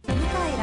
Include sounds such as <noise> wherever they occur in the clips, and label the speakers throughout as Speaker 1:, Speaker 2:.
Speaker 1: 蘭の調和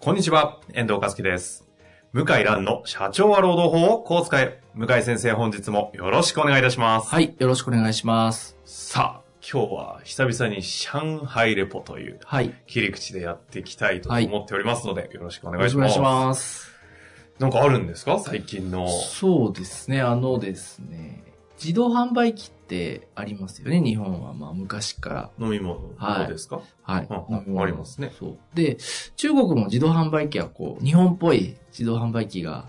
Speaker 2: こんにちは、遠藤和樹です。向井蘭の社長は労働法をこう使え。向井先生本日もよろしくお願いいたします。
Speaker 3: はい、よろしくお願いします。
Speaker 2: さあ、今日は久々に上海レポという
Speaker 3: はい。よ
Speaker 2: 切り口でやっていきたいと
Speaker 3: はい
Speaker 2: 思っておりますので、よろしくお願
Speaker 3: ろ
Speaker 2: い
Speaker 3: し
Speaker 2: し
Speaker 3: くお願
Speaker 2: ま
Speaker 3: い
Speaker 2: す。
Speaker 3: します。
Speaker 2: なんかあるんですか最近の。
Speaker 3: そうですね、あのですね、自動販売機ってありますよね、日本は。まあ、昔から。
Speaker 2: 飲み物、
Speaker 3: はい
Speaker 2: どうですか、
Speaker 3: はい。
Speaker 2: うんうん
Speaker 3: 飲み物
Speaker 2: ありますね
Speaker 3: そう。で、中国も自動販売機はこう、日本っぽい自動販売機が、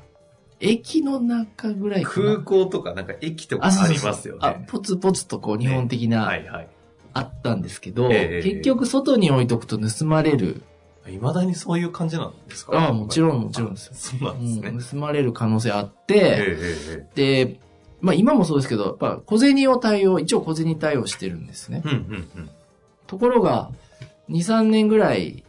Speaker 3: 駅の中ぐらいかな
Speaker 2: 空港とかなんか駅とか
Speaker 3: そう
Speaker 2: あ
Speaker 3: そう
Speaker 2: り
Speaker 3: そう
Speaker 2: ますよ
Speaker 3: あ、
Speaker 2: ね。
Speaker 3: ポツポツとこう、日本的な、
Speaker 2: はいはい。
Speaker 3: あったんですけど、
Speaker 2: ええ
Speaker 3: 結局外に置いとくと盗まれる。
Speaker 2: 未だにそういう感じなんですか
Speaker 3: あもちろんもちろんですよ
Speaker 2: <laughs> そうなんですね。
Speaker 3: うん盗まれる可能性あって、
Speaker 2: えええええ
Speaker 3: で、まあ今もそうですけど、やっぱ小銭を対応、一応小銭対応してるんですね
Speaker 2: え。。うんうんうん。
Speaker 3: ところが、2、3年ぐらい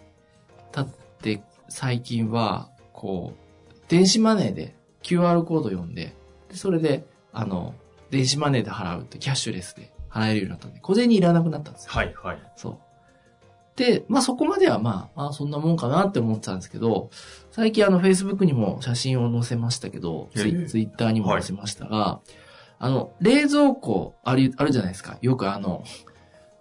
Speaker 3: 経って、最近は、こう、電子マネーで QR コード読んで、でそれで、あの、電子マネーで払うって、キャッシュレスで払えるようになったんで、小銭いらなくなったんですよ。
Speaker 2: はいはい。
Speaker 3: そう。で、まあそこまではまあ、あそんなもんかなって思ってたんですけど、最近あの Facebook にも写真を載せましたけど、
Speaker 2: ええ
Speaker 3: ツイ Twitter にも載せましたが、あの、冷蔵庫ある、あるじゃないですか。よくあの、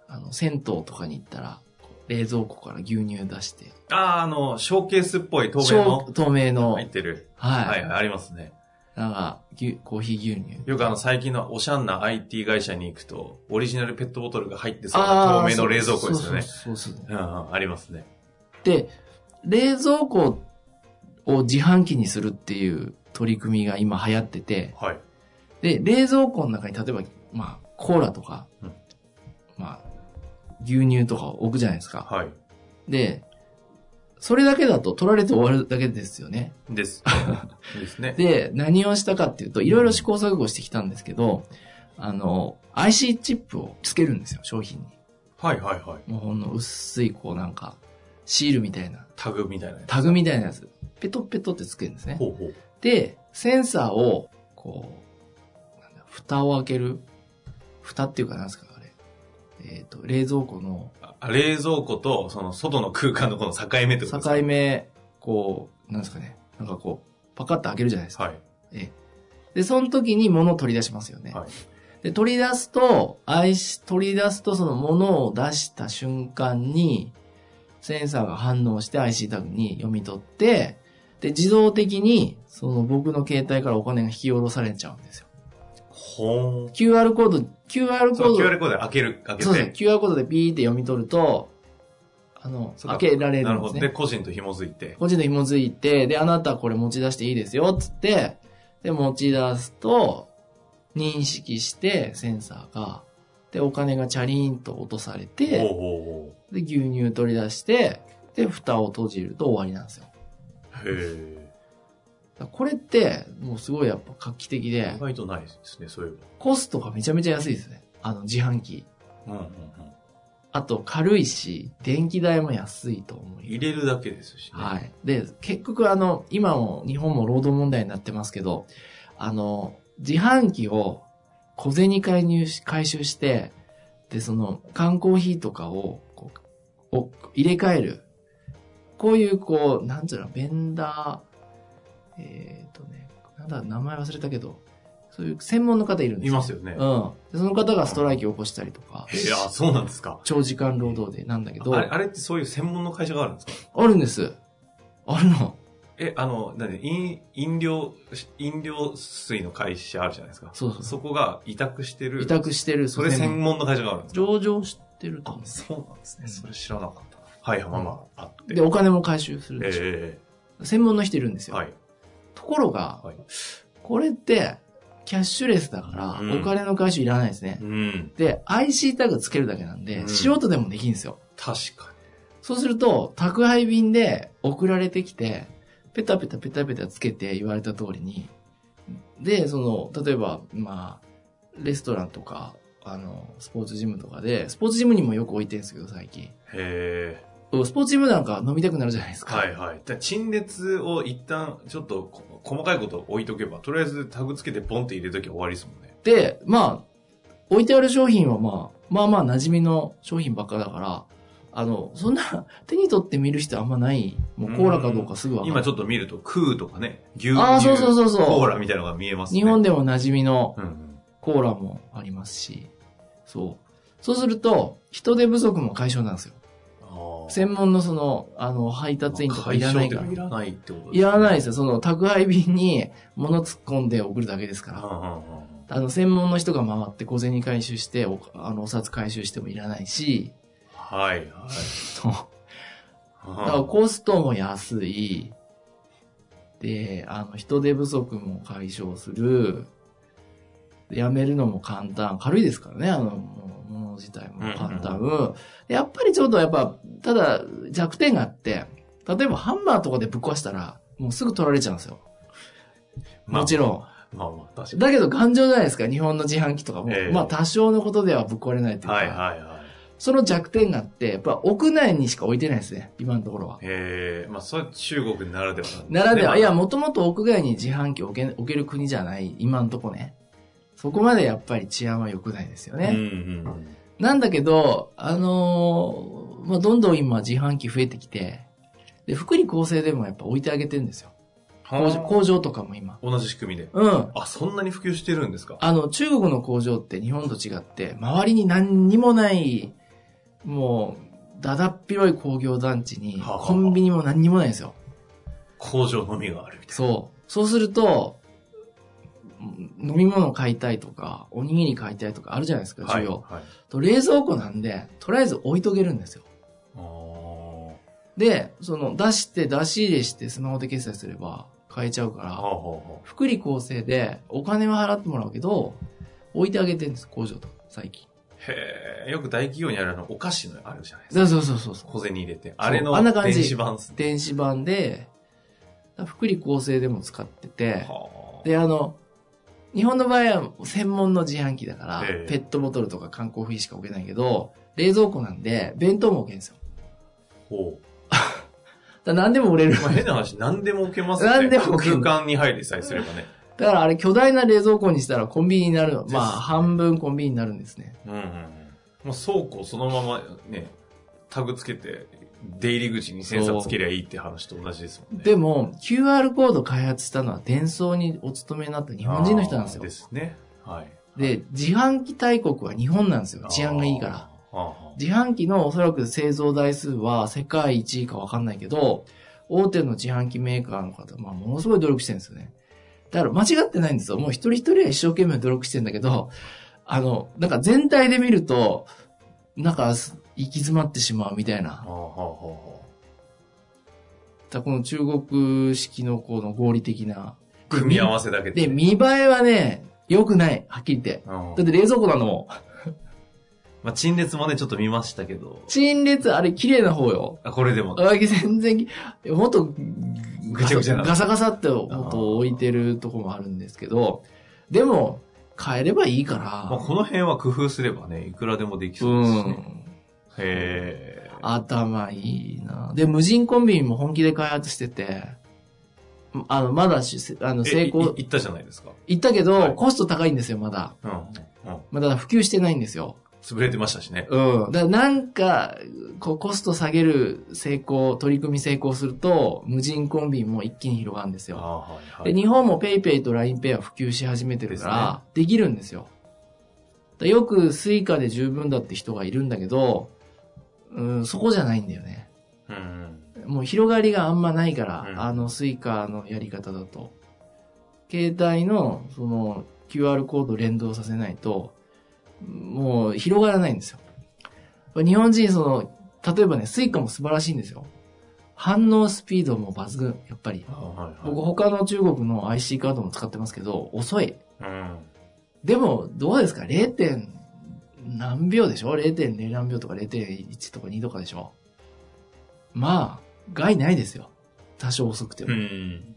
Speaker 3: あの、銭湯とかに行ったら、こう冷蔵庫から牛乳出して、
Speaker 2: あー、あの、ショーケースっぽい透明の
Speaker 3: 小透明の、は
Speaker 2: 入っ
Speaker 3: い、
Speaker 2: てる。はいはい、ありますね。
Speaker 3: なんか、牛コーヒー牛乳。
Speaker 2: よくあの、最近のおしゃんな IT 会社に行くと、オリジナルペットボトルが入ってそうな
Speaker 3: あ
Speaker 2: 透
Speaker 3: ー
Speaker 2: 明の冷蔵庫ですよね。
Speaker 3: そうそうそうそうそう
Speaker 2: うんうん、ありますね。
Speaker 3: で、冷蔵庫を自販機にするっていう取り組みが今流行ってて、
Speaker 2: はい。
Speaker 3: で、冷蔵庫の中に例えば、まあ、コーラとか、
Speaker 2: うん
Speaker 3: まあ、牛乳とかを置くじゃないですか。
Speaker 2: はい。
Speaker 3: で、それだけだと取られて終わるだけですよね。 <laughs>
Speaker 2: です。ですね。
Speaker 3: で、何をしたかっていうと、いろいろ試行錯誤してきたんですけど、あの、IC チップをつけるんですよ、商品に。
Speaker 2: はいはいはい。
Speaker 3: もうほんの薄い、こうなんか、シールみたいな、
Speaker 2: タグみたいなやつ。
Speaker 3: タグみたいなやつ、ペトペトってつけるんですね。
Speaker 2: ほうほう。
Speaker 3: で、センサーを、こう、なんだ蓋を開ける。蓋っていうかなんですか、あれ。えっ、と、冷蔵庫の
Speaker 2: あ冷蔵庫と、その、外の空間のこの境目ってこと
Speaker 3: 境
Speaker 2: ですか
Speaker 3: 目、こう、なんですかね。なんかこう、パカッと開けるじゃないですか。
Speaker 2: はい。
Speaker 3: で、その時に物を取り出しますよね。
Speaker 2: はい
Speaker 3: で、取り出すと、アイス取り出すとその物を出した瞬間に、センサーが反応して IC タグに読み取って、で、自動的に、その僕の携帯からお金が引き下ろされちゃうんですよ。
Speaker 2: ほーん。
Speaker 3: QR コード、QR
Speaker 2: そ
Speaker 3: コ
Speaker 2: の
Speaker 3: ー
Speaker 2: QR
Speaker 3: ド、
Speaker 2: コードで開ける、開け
Speaker 3: そうですね、
Speaker 2: て。
Speaker 3: QR コードでピーって読み取ると、あの、
Speaker 2: そう
Speaker 3: 開
Speaker 2: か
Speaker 3: けられ
Speaker 2: なる
Speaker 3: るんで
Speaker 2: ほ
Speaker 3: す
Speaker 2: ど。で、
Speaker 3: ね。
Speaker 2: 個人と紐づいて。
Speaker 3: 個人で紐づいて、で、あなたこれ持ち出していいですよ、つって、で、持ち出すと、認識して、センサーが、で、お金がチャリーンと落とされ
Speaker 2: ほうほ
Speaker 3: て、で、牛乳取り出して、で、蓋を閉じると終わりなんですよ。
Speaker 2: うほう。へ
Speaker 3: だからこれって、もうすごいやっぱ画期的
Speaker 2: え。
Speaker 3: で
Speaker 2: 意、外とないですね、そういえ
Speaker 3: コストがめちゃめちゃ安いですね。あの、自販機。
Speaker 2: ば。うんうんうん。
Speaker 3: あと軽いし、電気代も安いと思い
Speaker 2: 入れるだけですしね。
Speaker 3: ます。はい。で、結局あの、今も日本も労働問題になってますけど、あの、自販機を小銭介入し、回収して、で、その、缶コーヒーとかを、こう、を入れ替える。こういう、こう、なんつうの、ベンダー、えっ、とね、なんだ、名前忘れたけど、そういう専門の方いるんです
Speaker 2: いますよね。
Speaker 3: うん。でその方がストライキを起こしたりとか。
Speaker 2: へえ、あ、そうなんですか。
Speaker 3: 長時間労働でなんだけど、
Speaker 2: あれ
Speaker 3: あ
Speaker 2: あれってそういう専門の会社があるんですか
Speaker 3: るんです。あるの。
Speaker 2: え、あの、なんで、飲飲料、飲料水の会社あるじゃないですか。
Speaker 3: そうそうそ
Speaker 2: そこが委託して
Speaker 3: う。
Speaker 2: る。
Speaker 3: 委託してる、
Speaker 2: それ専
Speaker 3: の
Speaker 2: 門の会社があるんですか
Speaker 3: 上場してると
Speaker 2: あ
Speaker 3: 思、
Speaker 2: そうなんです
Speaker 3: う
Speaker 2: ね。
Speaker 3: ん
Speaker 2: それ知らなかった。はい、まあまあ、あっ
Speaker 3: う。
Speaker 2: て。
Speaker 3: で、お金も回収するでしょ。
Speaker 2: え
Speaker 3: 専門の人いるんです
Speaker 2: え
Speaker 3: よ。
Speaker 2: はい。
Speaker 3: ところが、
Speaker 2: はい
Speaker 3: これって、キャッシュレスだから、
Speaker 2: うん
Speaker 3: お金の回収いらないですね。
Speaker 2: うん。
Speaker 3: で、IC タグつけるだけなんで、
Speaker 2: うん
Speaker 3: 素人でもできるんですよ。
Speaker 2: 確か
Speaker 3: そうすると、宅配便で送られてきて、ペタペタペタペタつけて言われた通りに、で、その、例えば、まあ、レストランとか、あの、スポーツジムとかで、スポーツジムにもよく置いてるんですけど、最近。
Speaker 2: に。へえ。
Speaker 3: スポーツジムなんか飲みたくなるじゃないですか。
Speaker 2: はいはい。じゃあ陳列を一旦、ちょっとこ細かいこと置いとけば、とりあえずタグつけてポンって入れときゃ終わりですもんね。
Speaker 3: で、まあ、置いてある商品はまあ、まあまあ馴染みの商品ばっかだから、あの、そんな、手に取って見る人あんまない。もうコーラかどうかすぐわかる。
Speaker 2: 今ちょっと見ると、空とかね、牛乳、
Speaker 3: あーそうそうそうそう
Speaker 2: コーラみたいなのが見えますね。
Speaker 3: 日本でも馴染みの
Speaker 2: うんうん。
Speaker 3: コーラもありますし、そう。そうすると、人手不足も解消なんですよ。
Speaker 2: あー
Speaker 3: 専門のその、あの、配達員とかいらないか
Speaker 2: 解消っていら
Speaker 3: ら。
Speaker 2: ないってこと
Speaker 3: いらない
Speaker 2: い。
Speaker 3: ですよ。その、宅配便に物突っ込んで送るだけですか
Speaker 2: うん
Speaker 3: ら。
Speaker 2: うんうん
Speaker 3: あの、専門の人が回って小銭回収して、お、あの、お札回収してもいらないし、
Speaker 2: はいはい。
Speaker 3: そう。
Speaker 2: うん
Speaker 3: だからコストも安い。で、あの、人手不足も解消する。でやめるのも簡単。軽いですからね、あの、もうもの自体も簡単。でやっぱりちょっとやっぱ、ただ弱点があって、例えばハンマーとかでぶっ壊したら、もうすぐ取られちゃうんですよ。
Speaker 2: まあ
Speaker 3: もちろん。
Speaker 2: まあまあ、確か
Speaker 3: だけど頑丈じゃないですか、日本の自販機とかも。
Speaker 2: ええ
Speaker 3: まあ多少のことではぶっ壊れないとい
Speaker 2: に。
Speaker 3: うか、
Speaker 2: はいはいはい。
Speaker 3: その弱点があって、やっぱ屋内にしか置いてないですね、今のところは。
Speaker 2: ええまあ、それは中国ならではなんですね
Speaker 3: ならでは、いや、
Speaker 2: ま
Speaker 3: もともと屋外に自販機を置け置ける国じゃない、今んとこね。そこまでやっぱり治安は良くないですよ
Speaker 2: あうん
Speaker 3: ね。
Speaker 2: うん
Speaker 3: なんだけど、あのーまあ、どんどん今自販機増えてきて、で、福利厚生でもやっぱ置いてあげてるんですよ。工場
Speaker 2: うん。
Speaker 3: 工場とかも今。
Speaker 2: 同じ仕組みで。
Speaker 3: うん。
Speaker 2: あ、そんなに普及してるんですか
Speaker 3: あの、中国の工場って日本と違って、周りに何にもない、もう、だだっ広い工業団地に、
Speaker 2: はあはあ
Speaker 3: コンビニも何にもないんですよ。
Speaker 2: 工場のみがあるみたいな。
Speaker 3: そう。そうすると、うん飲み物買いたいとか、おにぎり買いたいとかあるじゃないですか、
Speaker 2: は
Speaker 3: 需
Speaker 2: い。
Speaker 3: 要。
Speaker 2: はい。
Speaker 3: と冷蔵庫なんで、とりあえず置いとけるんですよ。
Speaker 2: あー
Speaker 3: で、その出して出し入れしてスマホで決済すれば買えちゃうか
Speaker 2: はあは
Speaker 3: ら、
Speaker 2: あは
Speaker 3: 福利厚生でお金は払ってもらうけど、置いてあげてるんです、工場とか、最近。
Speaker 2: あへえ、よく大企業にあるあの、お菓子のあるじゃないですか。
Speaker 3: そうそうそうそうそう。
Speaker 2: 小銭入れて。あれの
Speaker 3: あんな感
Speaker 2: 電
Speaker 3: じ
Speaker 2: 子版っすね。
Speaker 3: 電子版で、福利厚生でも使ってて、
Speaker 2: は
Speaker 3: で、あの、日本の場合は専門の自販機だから、
Speaker 2: ええ
Speaker 3: ペットボトルとか缶コーヒーしか置けないけど、冷蔵庫なんで、弁当も置けんですよ。
Speaker 2: あ。ほう。
Speaker 3: だから何でも売れる。
Speaker 2: まあ、変な話、何でも置けますね。
Speaker 3: 何でも置け
Speaker 2: 空
Speaker 3: る
Speaker 2: 間に入りさえすればね。
Speaker 3: <laughs> だからあれ巨大な冷蔵庫にしたらコンビニになるの。
Speaker 2: です
Speaker 3: まあ、半分コンビニになるんですね。
Speaker 2: うんうんうん。もう倉庫そのままね、タグつけて、出入り口にセンサーつけりゃいいって話と同じですもんね。
Speaker 3: でも、QR コード開発したのは伝送にお勤めになった日本人の人なんですよ。
Speaker 2: あーですね。はい。
Speaker 3: で、自販機大国は日本なんですよ。治安がいいから。
Speaker 2: あー。あ
Speaker 3: 自販機のおそらく製造台数は世界一位かわかんないけど、大手の自販機メーカーの方、まあ、ものすごい努力してるんですよね。だから間違ってないんですよ。もう一人一人は一生懸命努力してんだけど、あの、なんか全体で見ると、なんかす行き詰まってしまうみたい
Speaker 2: ー
Speaker 3: な。
Speaker 2: はあはあは
Speaker 3: だからこの中国式のこの合理的な。
Speaker 2: あ組み合わせだけ
Speaker 3: で、見栄えはね、良くない。はっきり言って。
Speaker 2: うん
Speaker 3: だって冷蔵庫なんだもん。
Speaker 2: まあ、陳列もね、ちょっと見ましたけど。
Speaker 3: 陳列、あれ綺麗な方よ。
Speaker 2: あ、これでも。
Speaker 3: あ全然き、もっと、
Speaker 2: ぐちゃぐちゃな
Speaker 3: ガサガサってもっと置いてるとこもあるんですけど、でも、変えればいいか
Speaker 2: まあ、
Speaker 3: ら、
Speaker 2: この辺は工夫すればね、いくらでもでき
Speaker 3: う
Speaker 2: そうですね。
Speaker 3: ん。
Speaker 2: へー
Speaker 3: 頭いいなで、無人コンビニも本気で開発してて、あの、まだし、あの、
Speaker 2: え。
Speaker 3: 成
Speaker 2: い
Speaker 3: 功、
Speaker 2: いったじゃないですか。
Speaker 3: 行ったけ
Speaker 2: は
Speaker 3: ど、
Speaker 2: い
Speaker 3: コスト高いんですよ、まだ。
Speaker 2: うん。うん。
Speaker 3: まだ普及してないんですよ。
Speaker 2: 潰れてましたしね。
Speaker 3: うん。だからなんか、こう、コスト下げる成功、取り組み成功すると、無人コンビニも一気に広がるんですよ。
Speaker 2: あーはいは
Speaker 3: で、
Speaker 2: い。
Speaker 3: 日本も PayPay と LINEPay は普及し始めてるから、できるんですよ。だよく Suica で十分だって人がいるんだけど、うん、そこじゃないんだよね。
Speaker 2: うんうん。
Speaker 3: もう広がりがあんまないから、
Speaker 2: うん
Speaker 3: あの Suica のやり方だと。携帯の、その、QR コード連動させないと、もう広がらないんですよ。日本人、その、例えばね、Suica も素晴らしいんですよ。反応スピードも抜群、やっぱり。
Speaker 2: あーはいはい
Speaker 3: 僕他の中国の IC カードも使ってますけど、遅い。
Speaker 2: うん。
Speaker 3: でも、どうですか ?0. 点何秒でしょ ?0.0 何秒とか0.1とか2とかでしょまあ、害ないですよ。多少遅くても。
Speaker 2: ん。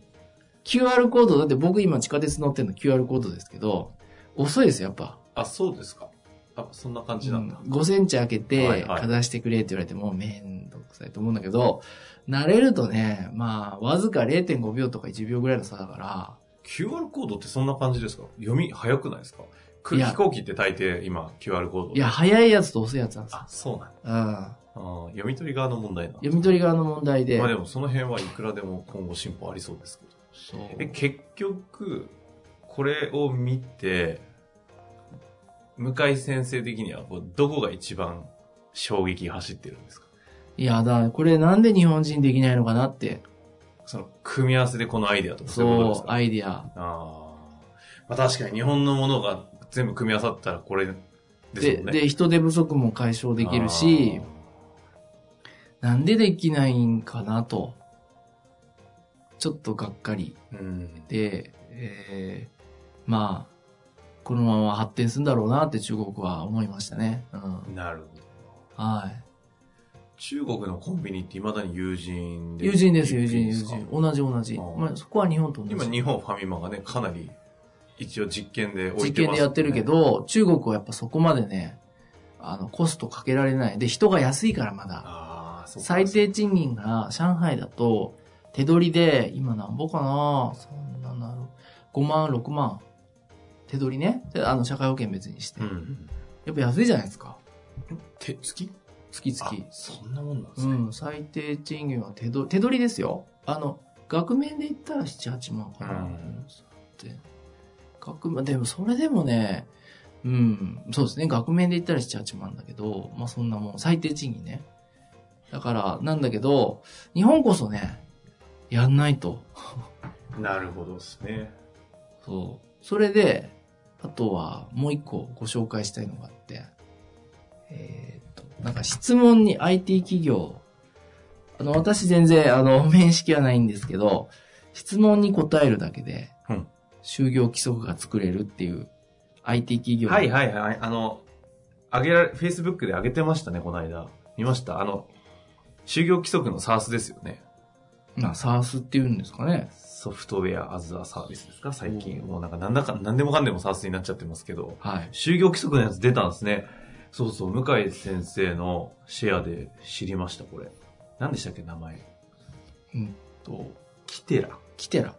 Speaker 3: QR コード、だって僕今地下鉄乗ってんの QR コードですけど、遅いですよ、やっぱ。
Speaker 2: あ、そうですか。あ、そんな感じなんだ。
Speaker 3: 5センチ開け
Speaker 2: はい
Speaker 3: て、
Speaker 2: はい
Speaker 3: かざしてくれって言われても、めんどくさいと思うんだけど、慣れるとね、まあ、わずか0.5秒とか1秒ぐらいの差だから、
Speaker 2: QR コードってそんな感じですか読み早くないですかく
Speaker 3: いや
Speaker 2: 飛行機って大抵今 QR コード。
Speaker 3: いや、、早いやつと遅いやつなんですよ
Speaker 2: あ、そうなんだ。
Speaker 3: うん。
Speaker 2: あー読み取り側の問題なんだ
Speaker 3: 読み取り側の問題で
Speaker 2: まあ。でもその辺はいくらでも今後進歩ありそうですけど。
Speaker 3: そう
Speaker 2: え、結局、これを見て、向井先生的にはこうどこが一番衝撃が走ってるんですか
Speaker 3: いや、だからこれなんで日本人できないのかなって。
Speaker 2: その組み合わせでこのアイデアとかそういうことで
Speaker 3: そ
Speaker 2: す
Speaker 3: う、
Speaker 2: か
Speaker 3: アイディア。
Speaker 2: あーまあ確かに日本のものが全部組み合わさったらこれです
Speaker 3: で、
Speaker 2: もんね。
Speaker 3: で、人手不足も解消できるし、なんでできないんかなと。ちょっとがっかり。
Speaker 2: あー、うん、
Speaker 3: で、えーまあ、このまま発展するんだろうなって中国は思いましたね。うん。
Speaker 2: なるほど。
Speaker 3: はい。
Speaker 2: 中国のコンビニって未だに友人で。
Speaker 3: 友人です、友人、
Speaker 2: で
Speaker 3: 友
Speaker 2: すか
Speaker 3: 人。同じ同じ。
Speaker 2: あー
Speaker 3: まあ、そこは日本と同じ。
Speaker 2: 今日本ファミマがね、かなり一応実験で置い
Speaker 3: 実
Speaker 2: て
Speaker 3: 験
Speaker 2: ます、
Speaker 3: でやってるけ。ど、中国はやっぱそこまでね、あの、コストかけられない。で、人が安いからまだ。
Speaker 2: ああ、そうか
Speaker 3: 最。低賃金が上海だと、手取りで、今なんぼかなそんななる。5万、6万。手取りね。であの、社会保険別にして。
Speaker 2: うん。
Speaker 3: やっぱ安いじゃないですか。
Speaker 2: 手つき
Speaker 3: 月
Speaker 2: あ
Speaker 3: 々。
Speaker 2: そんなもんなんです
Speaker 3: う
Speaker 2: ね。
Speaker 3: ん、最低賃金は手取り、手取りですよ。あの、額面で言ったら7、8万かな。
Speaker 2: うん
Speaker 3: って額面、でもそれでもね、うん、そうですね。額面で言ったら7、8万だけど、まあそんなもん、最低賃金ね。だから、なんだけど、日本こそね、やんないと。
Speaker 2: なるほどですね。
Speaker 3: そう。それで、あとはもう一個ご紹介したいのがあって、えーっと、なんか質問に IT 企業、あの、私全然、あの、 <laughs> 面識はないんですけど、質問に答えるだけで
Speaker 2: うん、
Speaker 3: 就業規則が作れるっていう IT 企業。
Speaker 2: はいはいはい。あの、あげられ、Facebook で上げてましたね、この間。見ましたあの、就業規則の SARS ですよね。
Speaker 3: まあ、SARS っていうんですかね。
Speaker 2: ソフトウェアアズアサービスですか最近。
Speaker 3: う
Speaker 2: もうなんか、なんだか、なんでもかんでも SARS になっちゃってますけど。
Speaker 3: はい。
Speaker 2: 就業規則のやつ出たんですね。そうそう、向井先生のシェアで知りました、これ。何でしたっけ、名前。
Speaker 3: と、
Speaker 2: キテラ。
Speaker 3: キテラ。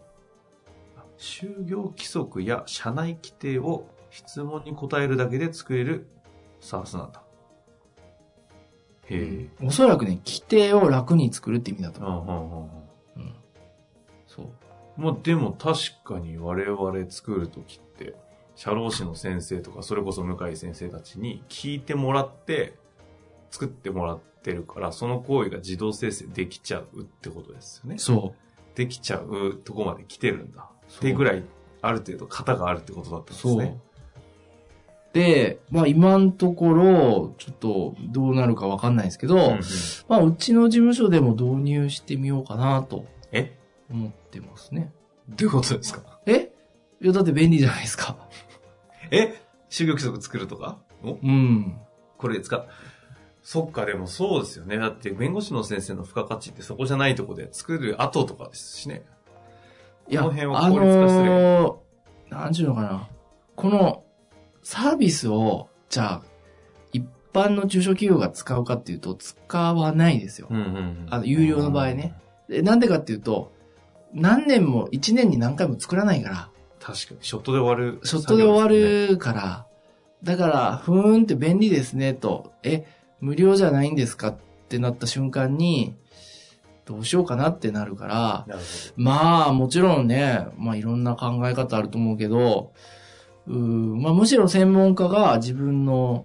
Speaker 2: 就業規則や社内規定を質問に答えるだけで作れるサースなんだ。へえ。
Speaker 3: おそらくね、規定を楽に作るって意味だと
Speaker 2: うん
Speaker 3: 思う。
Speaker 2: うんうんうん。
Speaker 3: うん。そう。
Speaker 2: まあでも確かに我々作るときって、社労士の先生とか、それこそ向井先生たちに聞いてもらって、作ってもらってるから、その行為が自動生成できちゃうってことですよね。
Speaker 3: そう。
Speaker 2: できちゃうとこまで来てるんだ。
Speaker 3: そう
Speaker 2: ってぐらい、ある程度型があるってことだったんです
Speaker 3: そう
Speaker 2: ね。。
Speaker 3: で、まあ今のところ、ちょっとどうなるかわかんないですけど、
Speaker 2: うんうん
Speaker 3: まあうちの事務所でも導入してみようかなと
Speaker 2: え
Speaker 3: 思ってますね。
Speaker 2: どういうことですか
Speaker 3: えいやだって便利じゃないですか。 <laughs>
Speaker 2: え就業規則作るとかお
Speaker 3: うん。
Speaker 2: これ使っそっか、でもそうですよね。だって弁護士の先生の付加価値ってそこじゃないとこで作る後とかですしね。
Speaker 3: いや、
Speaker 2: この辺を
Speaker 3: あ
Speaker 2: 効率化する
Speaker 3: のー、なんちゅうのかな。このサービスを、じゃあ、一般の中小企業が使うかっていうと、使わないですよ。
Speaker 2: うんうんうん
Speaker 3: あの有料の場合ね。でなんでかっていうと、何年も、一年に何回も作らないから、
Speaker 2: 確かに、ショットで終わる。
Speaker 3: ショットで終わ
Speaker 2: 作業すね。
Speaker 3: るから、だから、ふーんって便利ですねと、え、無料じゃないんですかってなった瞬間に、どうしようかなってなるから、
Speaker 2: なるほ
Speaker 3: まあ、もちろんね、まあいろんな考え方あると思うけど、うーん、まあむしろ専門家が自分の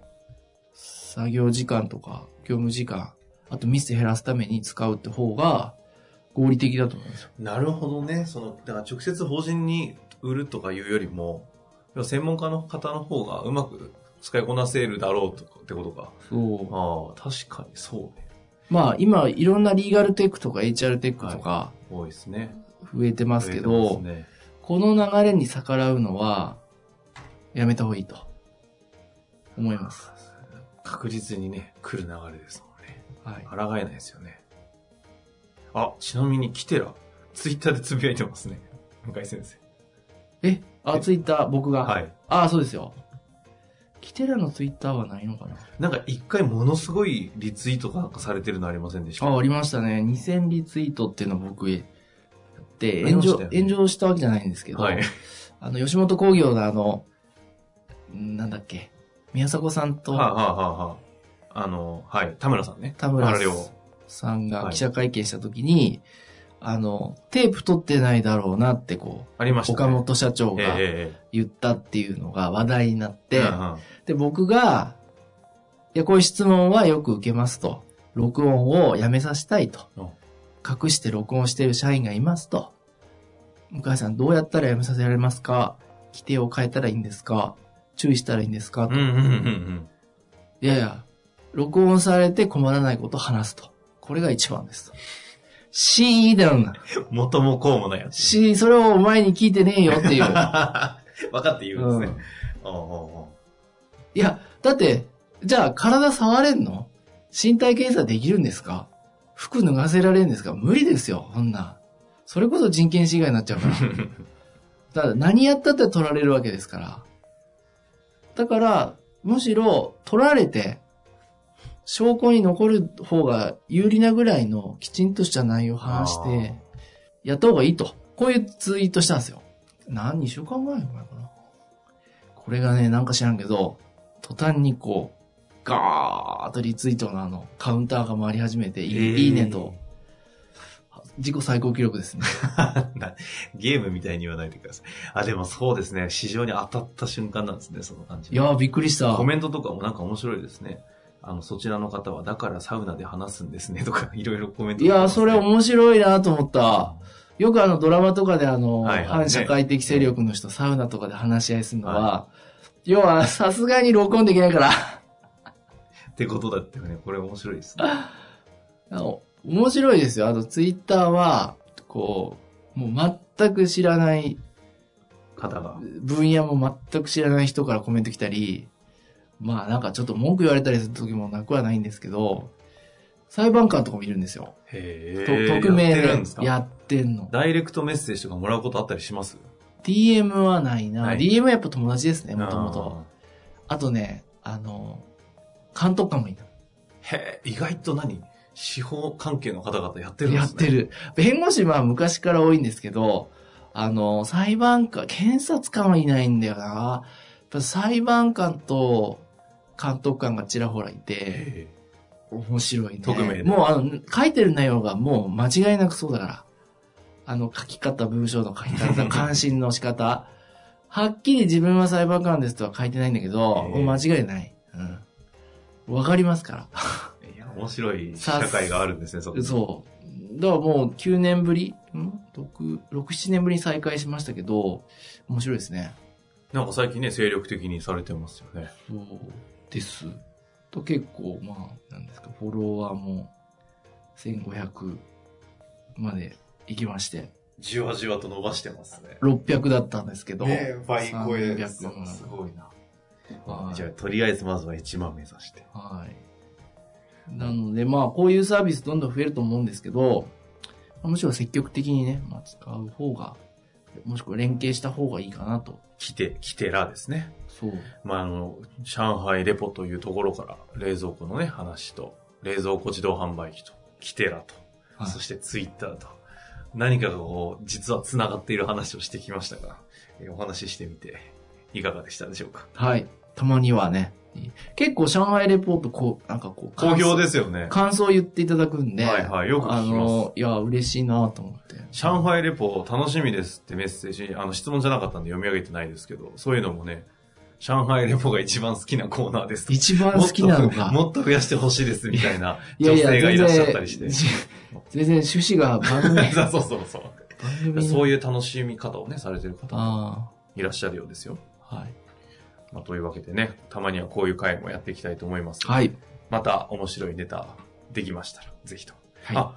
Speaker 3: 作業時間とか、業務時間、あとミス減らすために使うって方が合理的だと思うんですよ。
Speaker 2: ど。なるほどね。その、だから直接法人に売るとかいうよりも、要は専門家の方の方がうまく使いこなせるだろうとかってことか。
Speaker 3: そう。
Speaker 2: ああ、確かにそうね。
Speaker 3: まあ今いろんなリーガルテックとか HR テックとか
Speaker 2: 多いですね。
Speaker 3: 増えてますけど、
Speaker 2: 増えてますね
Speaker 3: この流れに逆らうのはやめた方がいいと思います。
Speaker 2: 確実にね、来る流れですもんね。
Speaker 3: はい。
Speaker 2: 抗えないですよね。あ、ちなみに、キテラ、ツイッターでつぶやいてますね。向井先生。
Speaker 3: え、あ、ツイッター、僕が。
Speaker 2: はい。
Speaker 3: あ、そうですよ。キテラのツイッターはないのかな
Speaker 2: なんか一回ものすごいリツイートがなんかされてるのありませんでした
Speaker 3: あ、ありましたね。2000リツイートっていうのを僕、やって、
Speaker 2: あり
Speaker 3: 炎
Speaker 2: まし
Speaker 3: 上、
Speaker 2: たよね
Speaker 3: 炎上したわけじゃないんですけど、
Speaker 2: はい。
Speaker 3: あの、吉本興業のあの、んなんだっけ、宮迫さん
Speaker 2: はあ、
Speaker 3: と
Speaker 2: はあはあはあ、あの、はい。田村さんね。
Speaker 3: 田村
Speaker 2: あれを。
Speaker 3: さんが
Speaker 2: はい
Speaker 3: 記者会見したときに、あの、テープ取ってないだろうなってこ
Speaker 2: ありまし
Speaker 3: う、
Speaker 2: た、ね。
Speaker 3: 岡本社長
Speaker 2: ええ
Speaker 3: が
Speaker 2: え
Speaker 3: 言ったっていうのが話題になっ
Speaker 2: えええ
Speaker 3: て、
Speaker 2: うんうん
Speaker 3: で、僕が、いや、こういう質問はよく受けますと。録音をやめさせたいと
Speaker 2: うん。
Speaker 3: 隠して録音してる社員がいますと。向井さん、どうやったらやめさせられますか規定を変えたらいいんですか注意したらいいんですか、
Speaker 2: うん
Speaker 3: い
Speaker 2: うんうんうん。
Speaker 3: やいや、録音されて困らないことを話すと。これが一番
Speaker 2: <laughs>
Speaker 3: ですと。しーだよな。
Speaker 2: 元もこうもないやつ。
Speaker 3: しー、それをお前に聞いてねえよってい
Speaker 2: <laughs>
Speaker 3: う。
Speaker 2: 分かって言うんですね。おうおうおう
Speaker 3: いや、だって、じゃあ体触れんの身体検査できるんですか服脱がせられるんですか無理ですよ、そんな。それこそ人権侵害になっちゃうから。だから何やったって取られるわけですから。だから、むしろ取られて、証拠に残る方が有利なぐらいのきちんとした内容を話して、やった方がいいと。こういうツイートしたんですよ。何、2週間ぐらい前かな。これがね、なんか知らんけど、途端にこう、ガーッとリツイートのあの、カウンターが回り始めて、いい,、
Speaker 2: えー
Speaker 3: いねと、自己最高記録 <laughs> ですね。
Speaker 2: な <laughs> ゲームみたいに言わないでください。あ、でもそうですね。市場に当たった瞬間なんですね、その感じ。
Speaker 3: いやー、びっくりした。
Speaker 2: コメントとかもなんか面白いですね。あの、そちらの方は、だからサウナで話すんですね、とか、いろいろコメント、
Speaker 3: いやー、それ面白いなと思った。よくあのドラマとかであの、
Speaker 2: はいはい
Speaker 3: 反社会的勢力の人、サウナとかで話し合いするのは、要はさすがに録音できないから、
Speaker 2: ってことだってね、これ面白いですね。
Speaker 3: あの面白いですよ。あのツイッターは、こう、もう全く知らない、
Speaker 2: 方が。
Speaker 3: 分野も全く知らない人からコメント来たり、まあなんかちょっと文句言われたりする時もなくはないんですけど、裁判官とかもいるんですよ。と
Speaker 2: へー
Speaker 3: 匿名
Speaker 2: やって
Speaker 3: で
Speaker 2: るんですか
Speaker 3: やってんの。
Speaker 2: ダイレクトメッセージとかもらうことあったりします
Speaker 3: DM はないな。
Speaker 2: ない
Speaker 3: DM はやっぱ友達ですね、もともと。。あとね、あの、監督官もいた。
Speaker 2: あーへえ、意外と何司法関係の方々やってるんで
Speaker 3: や
Speaker 2: す
Speaker 3: っ
Speaker 2: ね。
Speaker 3: てる。弁護士は昔から多いんですけど、あの、裁判官、検察官はいないんだよな。やっぱ裁判官と監督官がちらほらいて、
Speaker 2: へ
Speaker 3: 面白いね。
Speaker 2: 匿名で
Speaker 3: もうあの、書いてる内容がもう間違いなくそうだから。あの、書き方、文章の書き
Speaker 2: <laughs>
Speaker 3: 方、関心の仕方。はっきり自分は裁判官ですとは書いてないんだけど、
Speaker 2: へえ
Speaker 3: もう間違いない。うん。わかりますから。
Speaker 2: えいや、面白い社会があるんですね、そこ。
Speaker 3: そう。だからもう9年ぶり、ん ?6、6、7年ぶりに再開しましたけど、面白いですね。
Speaker 2: なんか最近ね、精力的にされてますよね。
Speaker 3: そうです。と結構、まあ、なんですか、フォロワーも1500まで行きまして、
Speaker 2: じわじわと伸ばしてますね。
Speaker 3: 600だったんですけど、
Speaker 2: ね倍超え
Speaker 3: 300
Speaker 2: すごいな。
Speaker 3: はい
Speaker 2: じゃあ、とりあえずまずは1万目指して。
Speaker 3: はい。なので、まあ、こういうサービスどんどん増えると思うんですけど、まあむしろ積極的にね、まあ、使う方が、もしくは連携した方がいいかなと。
Speaker 2: 来て、来てらですね。
Speaker 3: そう。
Speaker 2: まあ、あの、上海レポというところから、冷蔵庫のね、話と、冷蔵庫自動販売機と、来てらと、
Speaker 3: はい
Speaker 2: そしてツイッターと、何かがこう、実は繋がっている話をしてきましたが、えーお話ししてみて、いかがでしたでしょうか。
Speaker 3: はい。たまにはね。結構、上海レポート、こう、なんかこう、
Speaker 2: 好評
Speaker 3: で。
Speaker 2: ですよね。
Speaker 3: 感想言っていただくんで。
Speaker 2: はいはいよく聞きます
Speaker 3: あの、いや、嬉しいなと思って。
Speaker 2: 上海レポ楽しみですってメッセージ、あの質問じゃなかったんで読み上げてないですけど、そういうのもね、上海レポが一番好きなコーナーですとか。
Speaker 3: 一番好きなのが。
Speaker 2: もっともっ <laughs> と増やしてほしいですみたいな
Speaker 3: いや
Speaker 2: 女
Speaker 3: いや、
Speaker 2: 性がいらっしゃったりして。
Speaker 3: 全然、全然趣旨が番組。
Speaker 2: <laughs> そうそうそうそう。
Speaker 3: 番組の
Speaker 2: <laughs> そういう楽しみ方をね、されてる方も
Speaker 3: あ
Speaker 2: いらっしゃるようですよ。
Speaker 3: あ。はい。
Speaker 2: まあ、というわけでね、たまにはこういう回もやっていきたいと思います。
Speaker 3: はい。
Speaker 2: また面白いネタできましたら、ぜひと。
Speaker 3: はい
Speaker 2: あ、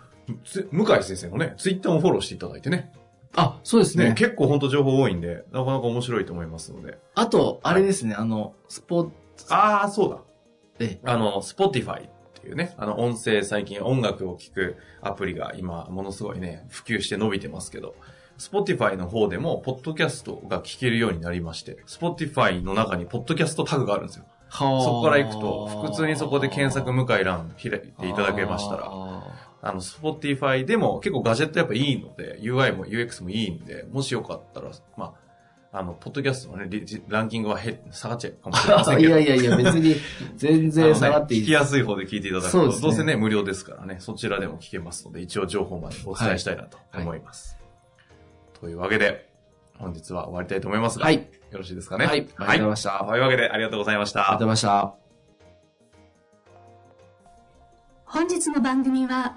Speaker 2: つ向井先生のね、ツイッターもフォローしていただいてね。
Speaker 3: あ、そうです
Speaker 2: ね
Speaker 3: ね。
Speaker 2: 結構本当情報多いんで、なかなか面白いと思いますので。
Speaker 3: あと、あれですね、あの、スポー
Speaker 2: ああ、そうだ。
Speaker 3: え
Speaker 2: あの、Spotify っていうね、あの、音声、最近音楽を聴くアプリが今、ものすごいね、普及して伸びてますけど、Spotify の方でも、ポッドキャストが聴けるようになりまして、Spotify の中に、ポッドキャストタグがあるんですよ。
Speaker 3: そ
Speaker 2: そこから行くと、普通にそこで検索向井欄開いていただけましたら、
Speaker 3: ら。
Speaker 2: あの、Spotify でも結構ガジェットやっぱいいので、UI も UX もいいんで、もしよかったら、まあ、あの、ポッドキャストのね、リランキングは減下がっちゃうかもしれません
Speaker 3: <laughs> い
Speaker 2: けど
Speaker 3: や。いやいや、別に全
Speaker 2: あのね
Speaker 3: 然下がってい
Speaker 2: 聞 <laughs>
Speaker 3: い
Speaker 2: き。やすい方で聞いていただく
Speaker 3: そう
Speaker 2: と、
Speaker 3: ですね
Speaker 2: どうせね、無料ですからね、そちらでも聞けますので、一応情報までお伝えしたいなと思います。というわけで、本日は終わりたいと思いますが、
Speaker 3: はい。あり
Speaker 2: よろしいですかね。
Speaker 3: はいありがとうございました
Speaker 2: はいというわけで、ありがとうございました。
Speaker 3: がとうございました。
Speaker 4: 本日の番組は